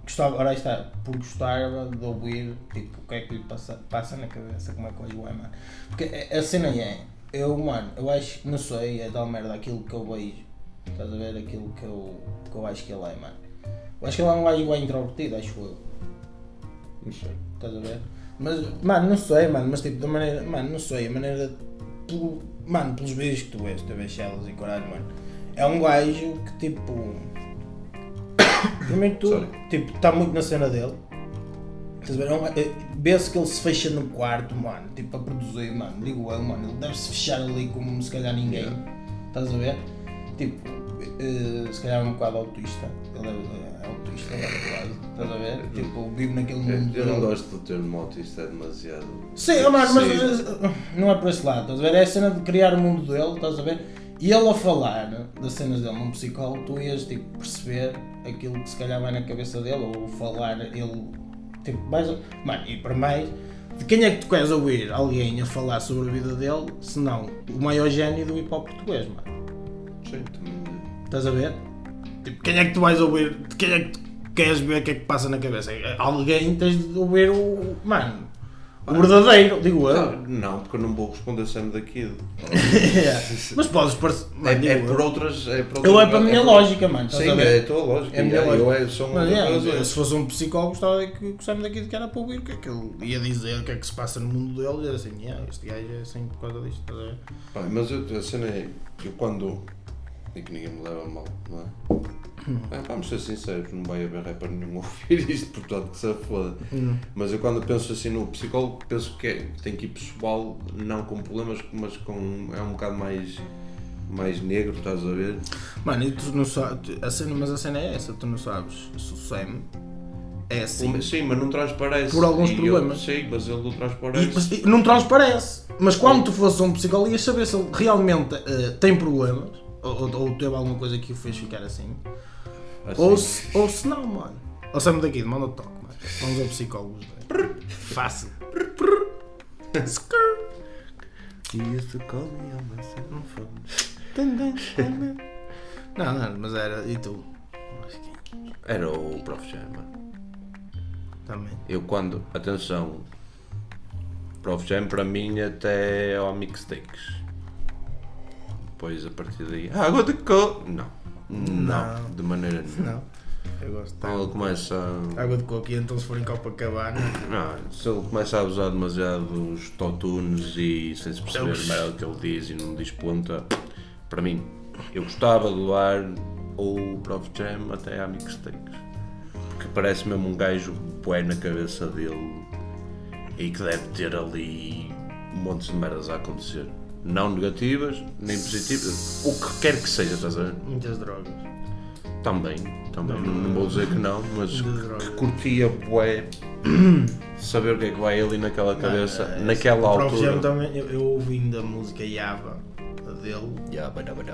Gostava, ora aí está, por gostava de ouvir tipo, o que é que lhe passa, passa na cabeça, como é que hoje é, mano. Porque a a cena é, eu, mano, eu acho, não sei, é tal merda aquilo que eu vejo, estás a ver, aquilo que eu, que eu acho que ele é, mano. Eu acho que ele é um gajo bem introvertido, acho eu.
Não sei.
Estás a ver? Mas, mano, não sei, mano, mas tipo, da maneira, mano, não sei, a maneira, pelo, mano, pelos vídeos que tu vês, tu vês Shellas e caralho, mano, é um gajo que tipo, primeiro de tudo,
Sorry.
tipo, está muito na cena dele, estás a ver? É um- é- Vê-se que ele se fecha no quarto, mano, tipo, a produzir, mano, digo eu, mano, ele deve-se fechar ali como se calhar ninguém, estás a ver? Tipo, eh, se calhar é um bocado autista, ele é, é autista, quase, estás a ver? Tipo, vive naquele mundo
É,
dele.
Eu não gosto do termo autista, é demasiado.
Sim, oh, mano, mas
Sim.
eh, não é por esse lado, estás a ver? É a cena de criar o mundo dele, estás a ver? E ele a falar das cenas dele num psicólogo, tu ias tipo, perceber aquilo que se calhar vai na cabeça dele, ou falar ele. Tipo, mais. Mano, e para mais, de quem é que tu queres ouvir alguém a falar sobre a vida dele, se não o maior gênio do hip hop português, mano? eh,
Sim, também.
Estás a ver? Tipo, quem é que tu vais ouvir? De quem é que tu queres ver o que é que passa na cabeça? Alguém tens de ouvir o. Mano. O verdadeiro, digo eu.
Não, não, porque eu não vou responder sempre daquilo.
Ah. É, Mas podes parecer.
É,
Mano,
é
eu-
por outras. É, por
eu é
outras-
para a minha
por-
lógica, mano. estás
Sim,
a ver?
é a tua lógica.
É a minha
já, eu
lógica.
é, sou um
Mas, é,
outro-
se fosse um psicólogo, gostava que gostava daquilo que era para ouvir, o que é que ele ia dizer, o que é que se passa no mundo dele, e era assim, "Yeah, este gajo é assim por causa disto, estás a ver?
Pá, mas eu, a cena é, eu quando. E que ninguém me leva a mal, não é?
Hum.
Ah, vamos ser sinceros, não vai haver rapper nenhum a ouvir isto, portanto que se foda.
Hum.
Mas eu quando penso assim no psicólogo, penso que é, tem que ir pessoal, não com problemas, mas com, é um bocado mais, mais negro, estás a ver?
Mano, e tu não sabes, a cena, mas a cena é essa, tu não sabes se o Sam é assim.
Sim, mas não transparece.
Por alguns
E eu-
problemas.
sim, mas ele não
E,
transparece.
mas, e não transparece. Mas quando tu fosses um psicólogo, ias saber se ele realmente eh, tem problemas, ou, ou- ou teve alguma coisa que o fez ficar assim.
Assim.
Ou se, ou se é não, mano. Ou sai-me daqui, manda o toque, mano. Vamos ao psicólogo. os dois. Fácil. Skrr.
You used to call me on my cell phone.
Tan, tan, tan, tan. Não, não, mas era. E tu? Acho que
Era o Prof. Jam, mano.
Também.
Eu quando, atenção, Prof Jam para mim até é ao mixtapes. Depois a partir daí, ah, água de co. Não. não,
Não.
de maneira nenhuma.
Não. Eu gosto. Tá.
Então ele começa. a-
Água de coco, e então se forem Copacabana.
Não, Ah, se ele começa a abusar demasiado dos totunos e sem se perceber
Eu-
bem É o que ele diz e não diz ponta, para mim, eu gostava de doar o Prof Jam até à mixtapes. Porque parece mesmo um gajo bué na cabeça dele e que deve ter ali um monte de merdas a acontecer. Não negativas, nem positivas, o que quer que seja, estás a ver?
Muitas drogas.
Também, também, não, não vou dizer que não, mas
De droga.
que curtia bué saber o que é que é, vai ali naquela cabeça, naquela
Ah, O Prof. Jam
altura.
também, eu, eu ouvindo a música Yava dele.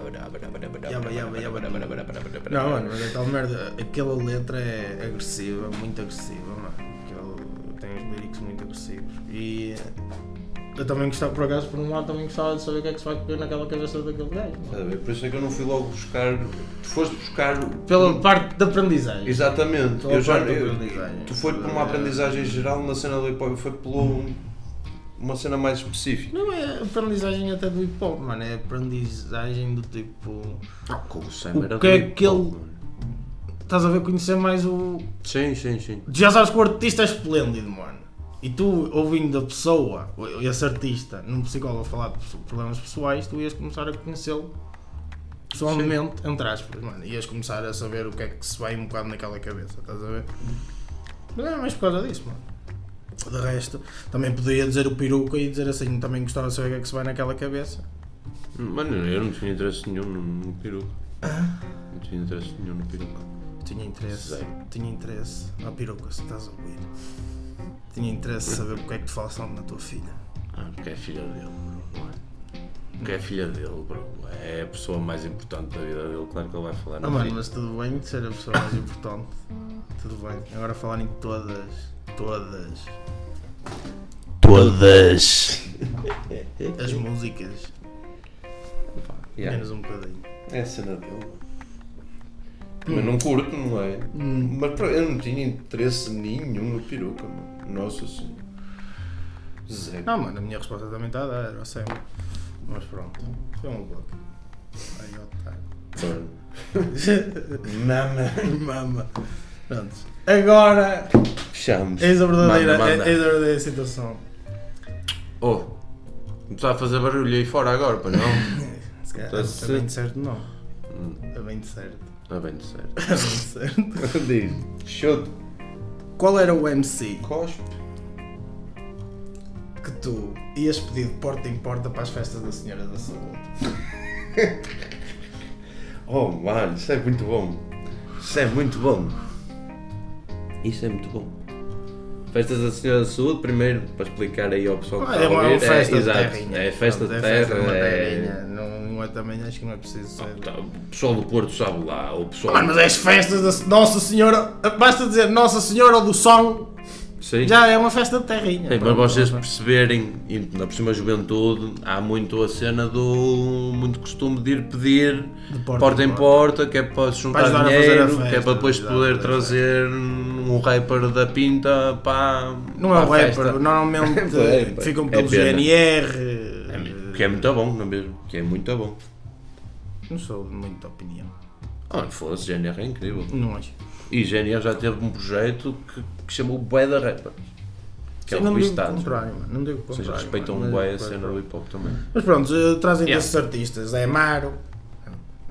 Yaba, yaba, yaba. Não,
Não,
mano, mas aquela merda, aquela letra é agressiva, muito agressiva, mano. Aquela, tem os líricos muito agressivos. E eu também gostava, por acaso, por um lado, também gostava de saber o que é que se vai comer naquela cabeça daquele gajo. mano.
Por isso é que eu não fui logo buscar. Tu foste buscar.
Pela parte da aprendizagem.
Exatamente.
Pela
Eu já,
parte da
eu-
aprendizagem.
tu foi por uma aprendizagem geral, uma cena do hip hop, foi pelo. um, uma cena mais específica.
Não é aprendizagem até do hip hop, mano. É aprendizagem do tipo. O era que do é hip-hop, que ele- mano. Estás a ver conhecer mais o.
Sim, sim, sim.
Tu Já sabes que o artista é esplêndido, mano. E tu, ouvindo a pessoa, esse artista, num psicólogo a falar de perso- problemas pessoais, tu ias começar a conhecê-lo pessoalmente, entre aspas, mano. Ias começar a saber o que é que se vai um bocado naquela cabeça, estás a ver? Mas é mais por causa disso, mano. De resto, também podia dizer o peruca e dizer assim, também gostava de saber o que é que se vai naquela cabeça.
Mano, eu não tinha interesse nenhum no, no peruca. Não tinha interesse nenhum no peruca.
Tinha interesse.
Zero.
Tinha interesse. Ó peruca, se estás a ouvir. Tinha interesse em saber porque é que te falas tanto na tua filha.
Ah, porque é filha dele, bro. Mano. Porque é filha dele, bro. É a pessoa mais importante da vida dele, claro que ele vai falar.
Ah,
na
mano,
filha.
mas tudo bem de ser a pessoa mais importante. Tudo bem. Agora falarem todas. Todas.
Todas. é
As músicas.
Yeah.
Menos um bocadinho.
É a cena dele. mano.
Hum.
Mas não curto, não é? Mas pá, eu não tinha interesse nenhum no peruca, mano. Nossa senhora. Zero.
Não, mano, a minha resposta também está a dar, era sempre. Mas pronto. Foi um bloco. Aí, otário.
Mama.
Mama. Pronto. Agora.
Fechamos.
Eis a verdadeira, é-
Manda, manda.
Eis a verdadeira situação.
Oh, não está a fazer barulho aí fora agora, para não?
Se calhar,
Tá
é bem
certo.
de certo, não.
Hum.
É bem de certo.
Está Tá bem de certo.
É bem de certo.
Diz. Chute.
Qual era o MC
Cospe.
que tu ias pedir de porta em porta para as festas da Senhora da Saúde?
Oh mano, isso é muito bom. Isso é muito bom. Isso é muito bom. Festas da Senhora da Saúde, primeiro, para explicar aí ao pessoal que
Ah,
está
é
a
uma, é
ouvir.
uma festa de
exato,
terrinha.
É festa
Pronto,
de
é festa
terra.
uma
é...
terrinha. Não, não é também, acho que não é preciso ser.
Tá, O pessoal do Porto sabe lá. O pessoal.
Mano, Ah, mas é as festas da Nossa Senhora. Basta dizer Nossa Senhora do Som.
Sim.
Já é uma festa de terrinha.
Sim, para
Pronto. tá é?
vocês perceberem, e na próxima juventude, há muito a cena do. muito costume de ir pedir
De
porta,
porta
em
em
porta, que é para se
Para
juntar
ajudar a fazer
dinheiro,
a festa,
que é para depois
exato,
poder
da
trazer um rapper da pinta para.
Não é
para a
rapper,
festa.
normalmente eh,
É, pá.
ficam
É
pelo
pena.
GNR.
Que é muito bom, não é mesmo? Que é muito bom.
Não sou de muita opinião.
Ah, não fosse, GNR é incrível.
Não acho.
E GNR já teve um projeto que, que chamou Bué da Rapper. Que é
Sim, não
o
digo o
Listados. Ou
contrário, mano. Não digo o
seja,
contrário.
respeitam
mano.
bué a
Mas- é
cena do hip hop também.
Mas pronto, eh, trazem
Yeah.
desses artistas. É Amaro,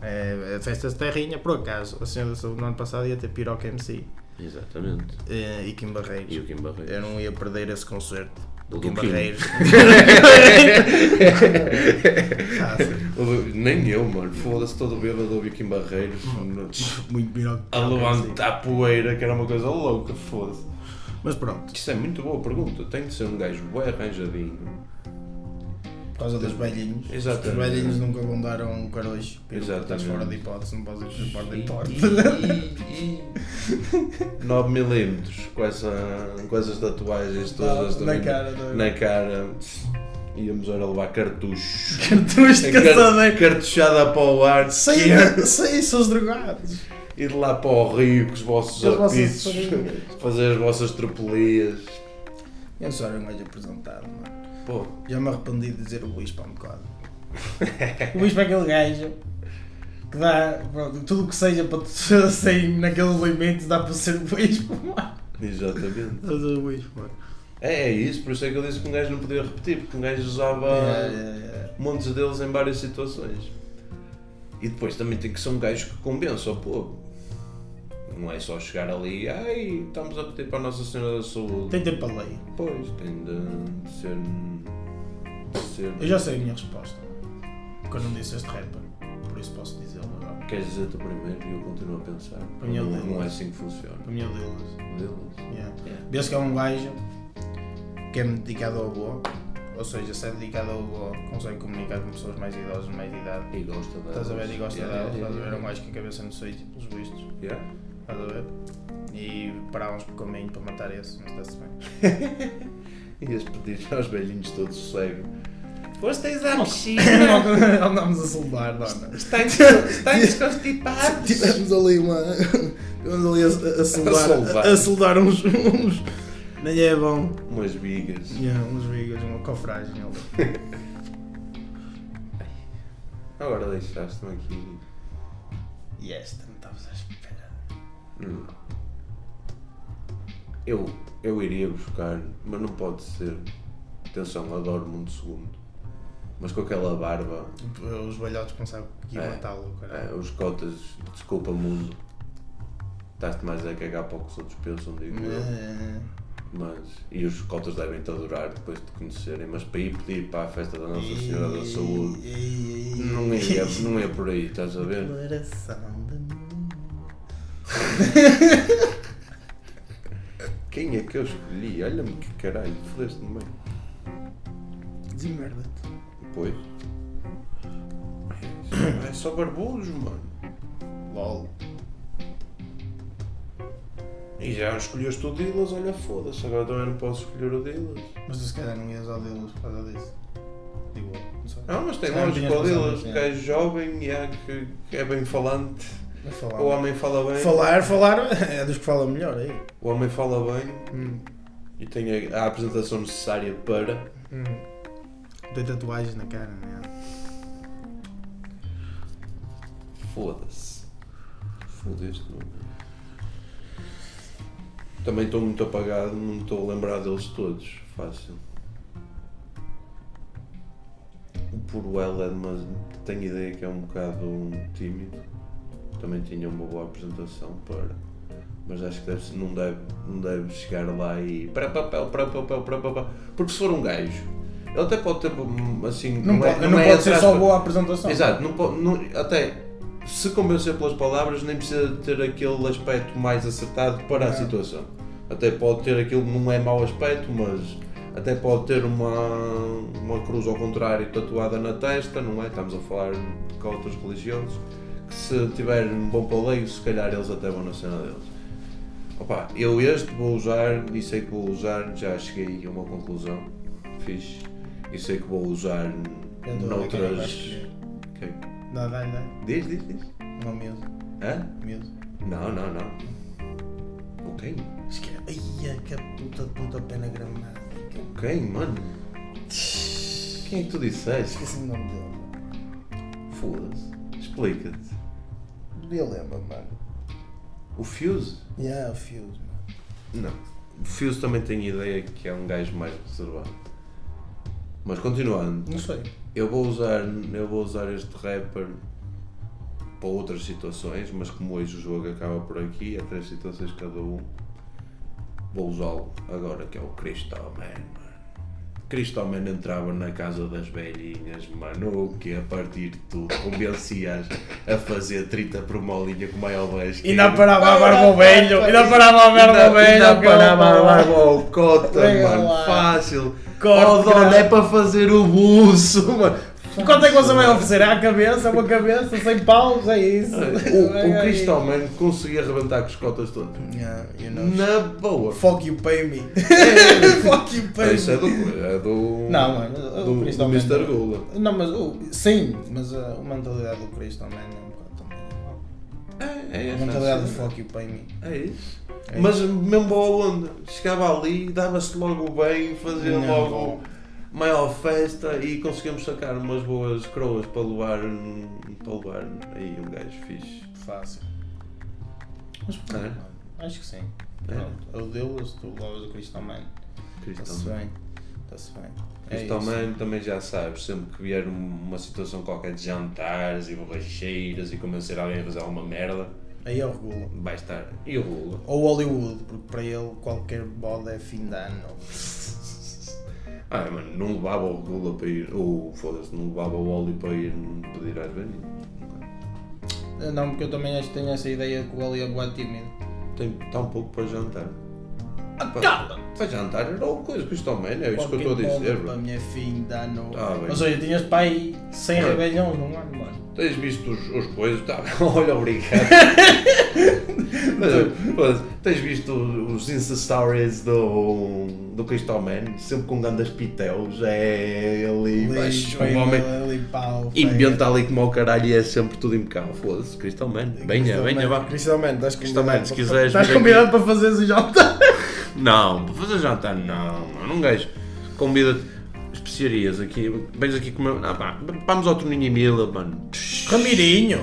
é, é Festas de Terrinha, por acaso. A Senhora da Saúde no ano passado ia ter Piroca MC
Exatamente.
eh, e Kim Barreiros.
E o Kim Barreiros.
Eu não ia perder esse concerto.
Do
Do Kim
Kim.
Barreiros. Ah, sim.
Nem eu, mano. Foda-se todo bêbado ouvi aqui em Barreiros.
Muito Piroca
A levantar poeira, que era uma coisa louca, foda-se.
Mas pronto,
Isso é muito boa pergunta. Tem de ser um gajo bem arranjadinho.
por causa dos velhinhos.
Exatamente.
Os velhinhos nunca vão dar a um carojo. Piroca, Estás
Exatamente.
fora de hipótese, não podes ir para de porta.
9 milímetros com, essa, com essas tatuagens todas
Na
também.
cara, tá?
na cara. Íamos ora levar cartuchos.
Cartuchos de né? caçadeiro.
Cartuchada para o ar.
Saí, saí, seus drogados.
Ir lá para o rio com os vossos
Com as vossas
apitos,
farinhas.
fazer as vossas tropelias.
Eu só era um gajo apresentado, mano.
Pô,
Já me arrependi de dizer o Luís para um bocado. o Luís para aquele gajo que dá pronto, tudo o que seja para tu sair naqueles limites dá para ser o Luís mano.
exatamente.
Estás a ver o Luís, mano.
É, é isso, por isso é que eu disse que um gajo não podia repetir, porque um gajo usava
É, é, é.
montes deles em várias situações. E depois também tem que ser um gajo que compensa o povo. Não é só chegar ali, ai, estamos a pedir para a Nossa Senhora da Saúde.
Tem tempo a lei.
Pois, tem de ser. de ser-
Eu já sei a minha resposta. Porque eu não disse este rapper. Por isso posso dizê-lo agora.
Queres dizer tu primeiro e eu continuo a pensar?
A minha
Não,
lei.
não é assim que funciona. É.
Para mim é o Dillas.
Deles.
Yeah.
Yeah.
Vês que é um gajo que é dedicado ao avô, ou seja, se é dedicado ao blog, consegue comunicar com pessoas mais idosas, mais de idade.
E gosta dela.
Estás a ver e gosta
Yeah,
delas,
yeah,
estás a ver? É um
yeah,
gajo que a cabeça no sítio, pelos vistos,
yeah.
estás a ver? E parámos por caminho para matar esse, mas está-se bem.
Ias pedir aos velhinhos todo sossego. Foste à
Andámos a soldar, dona.
Estás constipados.
Tivemos ali uma. Tivemos ali a, a soldar.
A soldar.
A, soldar uns. uns nem é bom.
Umas vigas.
Yeah, uns vigas, uma cofragem ali.
Agora deixaste-me aqui.
E esta, não estavas à espera.
Hum. Eu, eu iria buscar, mas não pode ser. Atenção, adoro Mundo Segundo. Mas com aquela barba,
Os balhotes pensavam que ia
É.
matá-lo, caralho.
eh, os cotas, desculpa mundo. Estás-te mais a cagar para o que os outros pensam, digo eu.
Eh,
Mas, e os cotas devem-te adorar depois de te conhecerem. Mas para ir pedir para a festa da Nossa Senhora da
ei,
Saúde,
ei, ei.
não é, não é por aí, estás a ver?
Coração de mim.
Quem é que eu escolhi? Olha-me que caralho, fodeste-me bem.
Desenmerda-te.
Pois. É só barbudos, mano.
LOL.
E já escolheste o Dillas, olha foda-se, agora também não posso escolher o Dillas.
Mas tu se calhar não ias ao deles por causa disso. Digo, eu, não sei.
Não, mas tem
Se calhar
lógica
tinhas
o Dillas,
razão,
que é jovem e há que, que é bem falante.
Mas falar.
O homem fala bem,
Falar, falar é dos que falam melhor aí.
o homem fala bem
Hum,
e tem a, a apresentação necessária para.
Tem tatuagens na cara, né?
Foda-se. Fodeste, mano. Também estou muito apagado, não me estou a lembrar deles todos. Fácil. O Puruel é mas tenho ideia que é um bocado tímido. Também tinha uma boa apresentação para. Mas acho que deve ser- não, deve, não deve chegar lá e. Para, para, para, para, para, para, para, para, para. Porque se for um gajo, ele até pode ter hum, assim.
Não,
é-
pode, não
é
pode ser
atrás
só
para-
boa apresentação.
Exato, não po- não- até se convencer pelas palavras, nem precisa ter aquele aspecto mais acertado para a
Não.
situação. Até pode ter aquilo, não é mau aspecto, mas até pode ter uma, uma cruz ao contrário tatuada na testa, não é? Estamos a falar de cotas religiosos. Que se tiver um bom paleio, se calhar eles até vão na cena deles. Opa, eu este vou usar e sei que vou usar, já cheguei a uma conclusão. Fiz. E sei que vou usar
Eu dou aquele
noutras.
abaixo.
Ok.
Dá, dá, dá.
Diz, diz, diz.
Não medo.
Hã?
Medo.
Não, não, não. Com quem?
Esque- é- Ai, que puta de pontapé na gramada.
Com quem, mano? Quem é que tu disseste?
Esqueci o nome dele.
Foda-se. Explica-te.
Eu lembro, mano.
O Fuse?
Yeah, o Fuse, mano.
Não. O Fuse também tem ideia que é um gajo mais reservado. Mas continuando.
Não sei.
Eu vou usar, eu vou usar este rapper para outras situações, mas como hoje o jogo acaba por aqui, há três situações cada um. Vou usá-lo agora que é o Crystal Man. mano. Crystal Man entrava na casa das velhinhas, mano, o que a partir de tudo convencia-as a fazer 30 por molinha com maior vez.
E não parava a barba ao velho. E não parava a barba ao velho.
Ainda parava a barba
ao
ao cota,
Venha
mano,
lá.
fácil.
Cota.
Oh, dona, é para fazer o buço, mano.
Quanto é que você vai oferecer? À cabeça, é uma cabeça, sem paus, é isso.
O, o Crystal Man conseguia arrebentar com os cotas todos.
Yeah, you know.
Na boa.
Fuck you, pay me. Fuck you, pay
Isso
me.
é do. É do
Não, mano, o
do, do
Crystal Man
Mr.
não.
Gula.
Não, mas o- sim, mas uh, a, a mentalidade do Crystal Man é um bocado também.
É,
A mentalidade do fuck you, pay me.
É isso.
É
Mas mesmo boa onda. Chegava ali, dava-se logo bem, fazia
Não.
logo maior festa e conseguimos sacar umas boas croas para levar, um, para levar aí um gajo fixe.
Fácil. Mas pronto,
É.
mano, acho que sim.
É.
Pronto, eu deu-as, tu levas o Crystal Man.
Crystal
Está-se
Man.
bem. Está-se bem. É
Mas também,
isso.
também já sabes, sempre que vier um, uma situação qualquer de jantares e borracheiras e convencer alguém a fazer alguma merda,
Aí é o regulo.
vai estar. E o Lula?
Ou Hollywood, porque para ele qualquer boda é fim de ano.
Ah, mano, não levava o Lula para ir. Ou foda-se, não levava o óleo para ir pedir às velhinhas.
Não, porque eu também acho que tenho essa ideia que o Oli é bué tímido.
Tem tão pouco para um jantar.
Cala!
Vai jantar era alguma coisa com isto também, é isso que eu estou a
Ah, Qualquer
dizer,
bomba para a
bro.
minha filha dá no.
Tá bem. Ah.
Ou seja, tinhas pai 100 rebeliões num um ano, mano.
Tens visto os, os coisas? Tá, olha, obrigado. Mas, pois, tens visto os Insta Stories do, do Crystal Man? Sempre com grandes piteus. É ele baixo, um homem que
pau.
inventa ali como ao caralho e é sempre tudo impecável. Foda-se, Crystal Man. Venha, venha, vá.
Cristalmente, estás
Crystal
convidado.
Man, se quiseres
Estás
vir aqui.
convidado para fazeres o jantar.
Não, para fazer jantar não, mano. Um gajo convida-te especiarias aqui. Vens aqui comer. Não, pá, vamos ao Toninho e Mila, mano.
Ramirinho!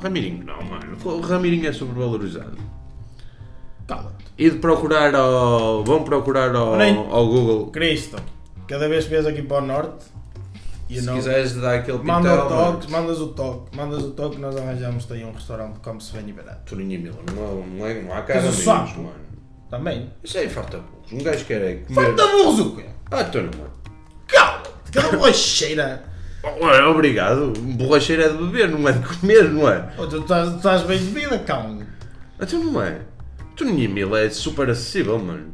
Ramirinho não, mano. O Ramirinho é sobrevalorizado.
Cala-te.
E de procurar ao. Vão procurar ao,
Olhem.
ao Google.
Cristo, cada vez que vês aqui para o norte, you
Se
know,
quiseres dar aquele
manda o
mano.
toque, mandas o toque, mandas o toque, nós arranjamos-te aí um restaurante que come-se bem e barato.
Toninho e Mila, não, há- não, é, não há cara
Mas o
amigos,
sapo.
mano.
Também.
Isso aí farta burros. Um gajo quer é comer.
Falta burros o quê?
Ah, então não, mano.
Cala-te, cada borracheira.
Olha, Obrigado. Borracheira é de beber, não é de comer, não é?
Ô, tu estás, estás bem de vida, cão.
Até não é. Toninho e Mila é super acessível, mano.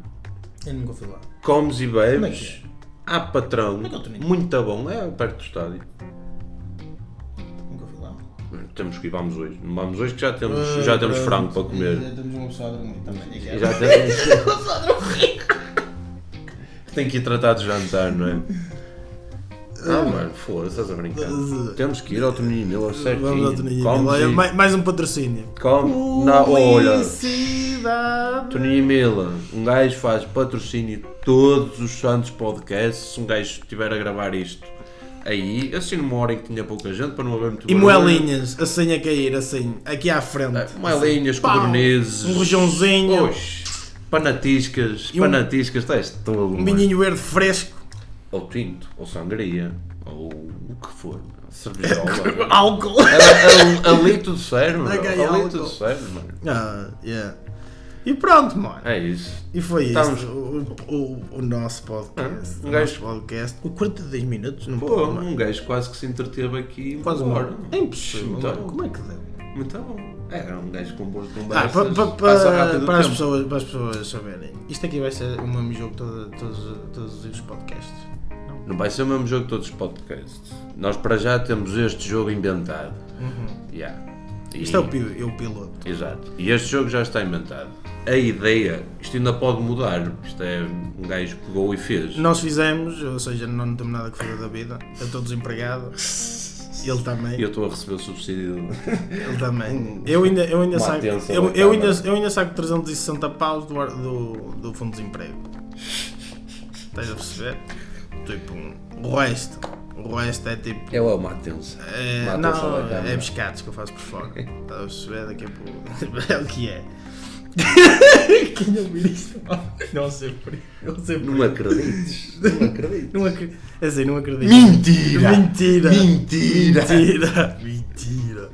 Eu nunca fui lá.
Comes e
Como é que
bebes. Há patrão.
é que é o Toninho?
Muito bom. É perto do estádio.
Nunca fui lá.
Mano, Temos que ir, vamos hoje. Não vamos hoje que já temos, já temos frango para
E
comer.
Já temos um uma pessoa a dormir também. é.
E já temos... Tem que ir tratar de jantar, não é? Ah, mano, foda-se, estás a brincar. Temos que ir ao Toninho e Mila, certinho.
Vamos ao Toninho.
Comes
Olha,
e-
mais, mais um patrocínio. Uh,
Come... Não, é? Ah, olha...
Publicidade.
Toninho e Mila, um gajo faz patrocínio todos os santos podcasts. Se um gajo estiver a gravar isto aí, assim numa hora em que tinha pouca gente, para não haver muito
E
barulho.
moelinhas, assim a cair, assim, aqui à frente. Assim,
É, Moelinhas,
Pau,
codornizes.
um rojãozinho.
Oxe, Panatiscas,
E um-
panatiscas, estás todo.
Um
mano.
vinho verde fresco.
Ou tinto, ou sangria, ou o que for. Cervejola. É, um,
Álcool.
Ali- ali- Ali tudo serve, mano.
Ok,
Ali
álcool.
tudo serve, mano.
Ah, yeah. E pronto, mano.
É isso.
E foi
Estamos-
isso. O, o, o nosso podcast.
Ah, um
o nosso
gajo-
podcast. O 42 minutos não
Pô,
pode, mano.
um gajo quase que se entreteve aqui.
Quase uma hora. É impossível.
Então,
mano. Como é que deu?
Muito bom. Era um gajo com boas
Ah,
conversas.
pa, pa, pa,
passa rápido o
para, as
tempo.
pessoas, para as pessoas saberem. Isto aqui vai ser o mesmo jogo todo, todos, todos os podcasts.
Não vai ser o mesmo jogo que todos os podcasts. Nós para já temos este jogo inventado. Yeah. E-
Uhum. Isto é o, pi- é o piloto.
Exato. E este jogo já está inventado. A ideia, isto ainda pode mudar. Isto é um gajo que pegou e fez.
Nós fizemos, ou seja, não temos nada que fazer da vida. Eu estou desempregado. Ele também.
E eu estou a receber o subsídio.
Ele também. Eu ainda, eu ainda
Uma
saco.
atenção
Eu,
da
eu, ainda,
Câmara.
eu ainda saco 360 paus do, ar- do, do Fundo de Desemprego. Estás a perceber? Tipo, o resto. O resto é tipo.
É uma atenção.
é,
Uma atenção da
não,
Câmara.
é biscates que eu faço por fora. Estás a perceber? Daqui a pouco. É o que é. Quem ouvir isto? Não sei por isso. Não sei por
Não acredites. Não acredites.
não acredito. É assim, não acredito.
Mentira!
Mentira!
Mentira!
Mentira! Mentira!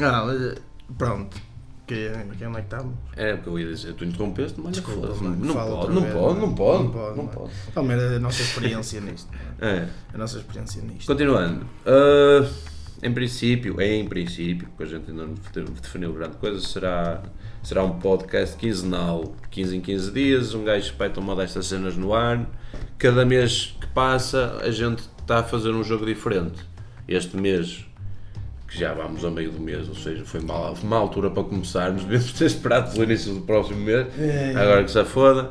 Ah, mas, eh, pronto. Que, que onde é que estamos?
É, porque eu ia dizer, tu interrompeste, mas
Desculpa,
foda-se,
mano,
não,
fala
pode,
outra
não,
vez,
pode,
mano.
não pode,
Não
não
pode,
pode,
mano. Calma, era a nossa experiência nisto. mano.
É.
A nossa experiência nisto.
Continuando, ah, em princípio, em princípio, porque a gente ainda não de- definiu grande coisa, será, será um podcast quinzenal, 15 em 15 dias, um gajo espeta uma destas cenas no ar, cada mês que passa a gente está a fazer um jogo diferente. Este mês, que já vamos a meio do mês, ou seja, foi mal, uma altura para começarmos, devemos ter esperado pelo início do próximo mês,
É.
agora que se foda.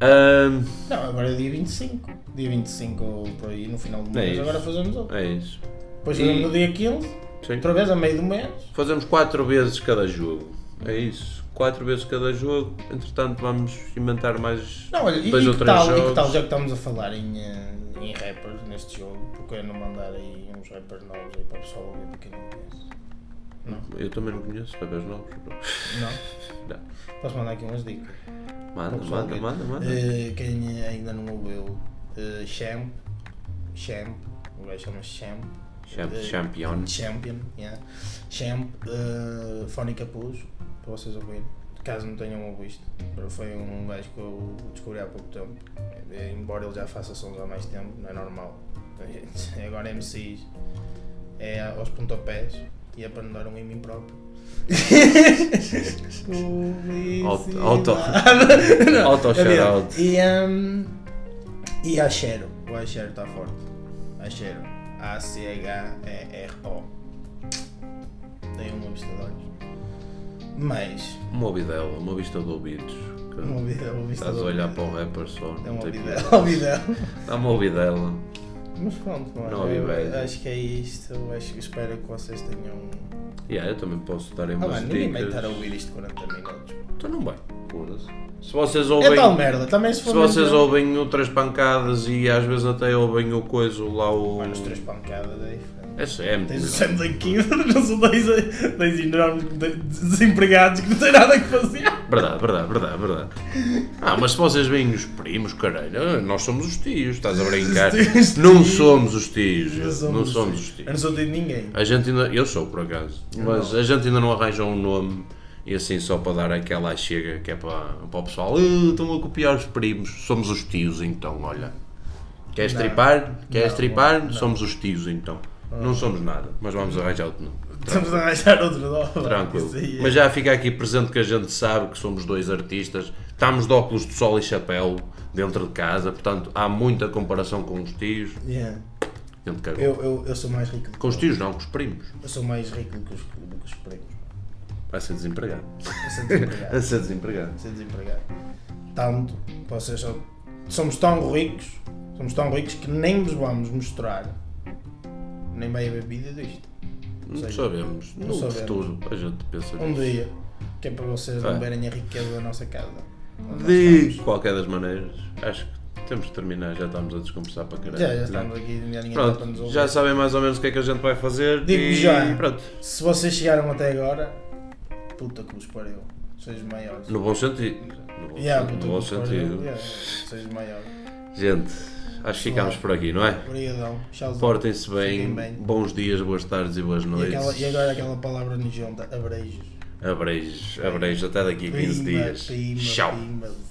Ah,
Não, agora é dia 25. Dia 25 ou por aí, no final do
É
mês,
isso.
agora fazemos outro.
é isso.
Depois
E-
fazemos no dia 15,
Sim.
outra vez a meio do mês.
Fazemos 4 vezes cada jogo. É isso. 4 vezes cada jogo. Entretanto, vamos inventar mais
Não, olha, e,
dois
e
ou
que
três
tal, e
jogos.
que tal, já que estamos a falar em, eh, em rappers neste jogo, porque eu não mandar aí uns rappers novos aí para o pessoal ouvir para quem não conhece.
Eu também não conheço papéis novos.
Não?
Não.
Posso mandar aqui umas dicas?
Manda,
Vamos
manda,
ouvir.
manda, manda.
Eh, quem ainda não ouviu, eh, Champ, Champ, o gajo chama-se Champ,
Champ-
eh,
Champion.
Champion, yeah. Champ, eh, Fone Capuz, para vocês ouvirem, caso não tenham ouvido, foi um gajo que eu descobri há pouco tempo, Eh, embora ele já faça sons há mais tempo, não é normal, é agora MCs, é aos pontapés, e é para não dar um em mim próprio. Publicidade.
Auto- auto-
Ah, Não, é
auto
havia.
shout-out.
E, um, e Achero. O Achero está forte. Achero. A-C-H-E-R-O. Tem um vista de olhos. Mas. um
Uma ouvidela, uma vista de ouvidos. que
Uma ouvidela, uma vista
Estás
de
a olhar
ouvidos.
para um rapper só.
É
não
uma
tem É
ouvidela. uma
um piada.
ouvidela.
Dá uma ouvidela.
Mas pronto, mano,
Não,
eu
bem.
acho que é isto. Eu acho, espero que vocês tenham. um-
Yeah, eu também posso dar aí
Ah,
umas
mano, ninguém vai
dicas.
estar a ouvir isto 40 minutos.
Tu não vai. Foda-se. Se vocês
É
ouvem.
tal merda, também se for.
Se vocês
mesmo-
ouvem outras pancadas e às vezes até ouvem o coiso lá o.
Mano, os três pancadas é diferente.
É sério, é muito
Tens o
melhor.
Sam daqui, não são dois, dois enormes de- desempregados que não têm nada que fazer.
Verdade, verdade, verdade, verdade. Ah, mas se vocês veem os primos, caralho, ah, nós somos os tios, estás a brincar.
Os tios,
não
tios.
somos os tios,
Não somos
não
os
somos Ah, os tios.
Eu não sou de ninguém.
A gente ainda. Eu sou por acaso. Mas a gente ainda não arranja um nome e assim só para dar aquela chega que é para, para o pessoal. "Ah, Estão a copiar os primos. Somos os tios então, olha. Queres
Não.
tripar? Queres
Não,
tripar?
não.
Somos os tios então. Não somos nada, mas vamos arranjar outro nome.
Estamos a arranjar outro nome.
tá. Tranquilo.
Isso aí é-
Mas já fica aqui presente que a gente sabe que somos dois artistas, estamos de óculos de sol e chapéu dentro de casa, portanto há muita comparação com os tios.
Yeah.
Gente que cagou.
Eu, eu, eu sou mais rico.
Com os tios não, com os primos.
Eu sou mais rico do que os, do que os primos.
Vai ser desempregado.
Eu sou desempregado.
Vai ser desempregado.
ser desempregado. Tanto, vocês só, somos tão ricos, somos tão ricos que nem vos vamos mostrar nem vai haver vídeo disto.
Não
Sei.
sabemos.
Não
No
sabemos.
futuro a gente pensa
Um
nisso.
dia, que é para vocês
É.
não verem a riqueza da nossa casa. Onde nós
De
estamos.
qualquer das maneiras, acho que temos de terminar, já estamos a desconversar para caralho.
Já, já estamos aqui, ninguém está para nos
Pronto,
ouvir.
já sabem mais ou menos o que é que a gente vai fazer
Digo
e
já.
pronto.
Se vocês chegaram até agora, puta que vos pariu, sois maiores.
No bom sentido. No bom,
Yeah, puta
sen- no
que
bom
vos pariu,
sentido.
yeah, sois maiores.
Gente, acho que ficamos por aqui, não é?
Obrigadão, tchauzão.
Portem-se bem,
Fiquem bem.
bons dias, boas tardes e boas
E,
noites.
aquela- e agora aquela palavra nojenta, abreijos.
Abreijos, abreijos, até daqui a 15
Pima,
dias.
pima,
Tchau.
pimas.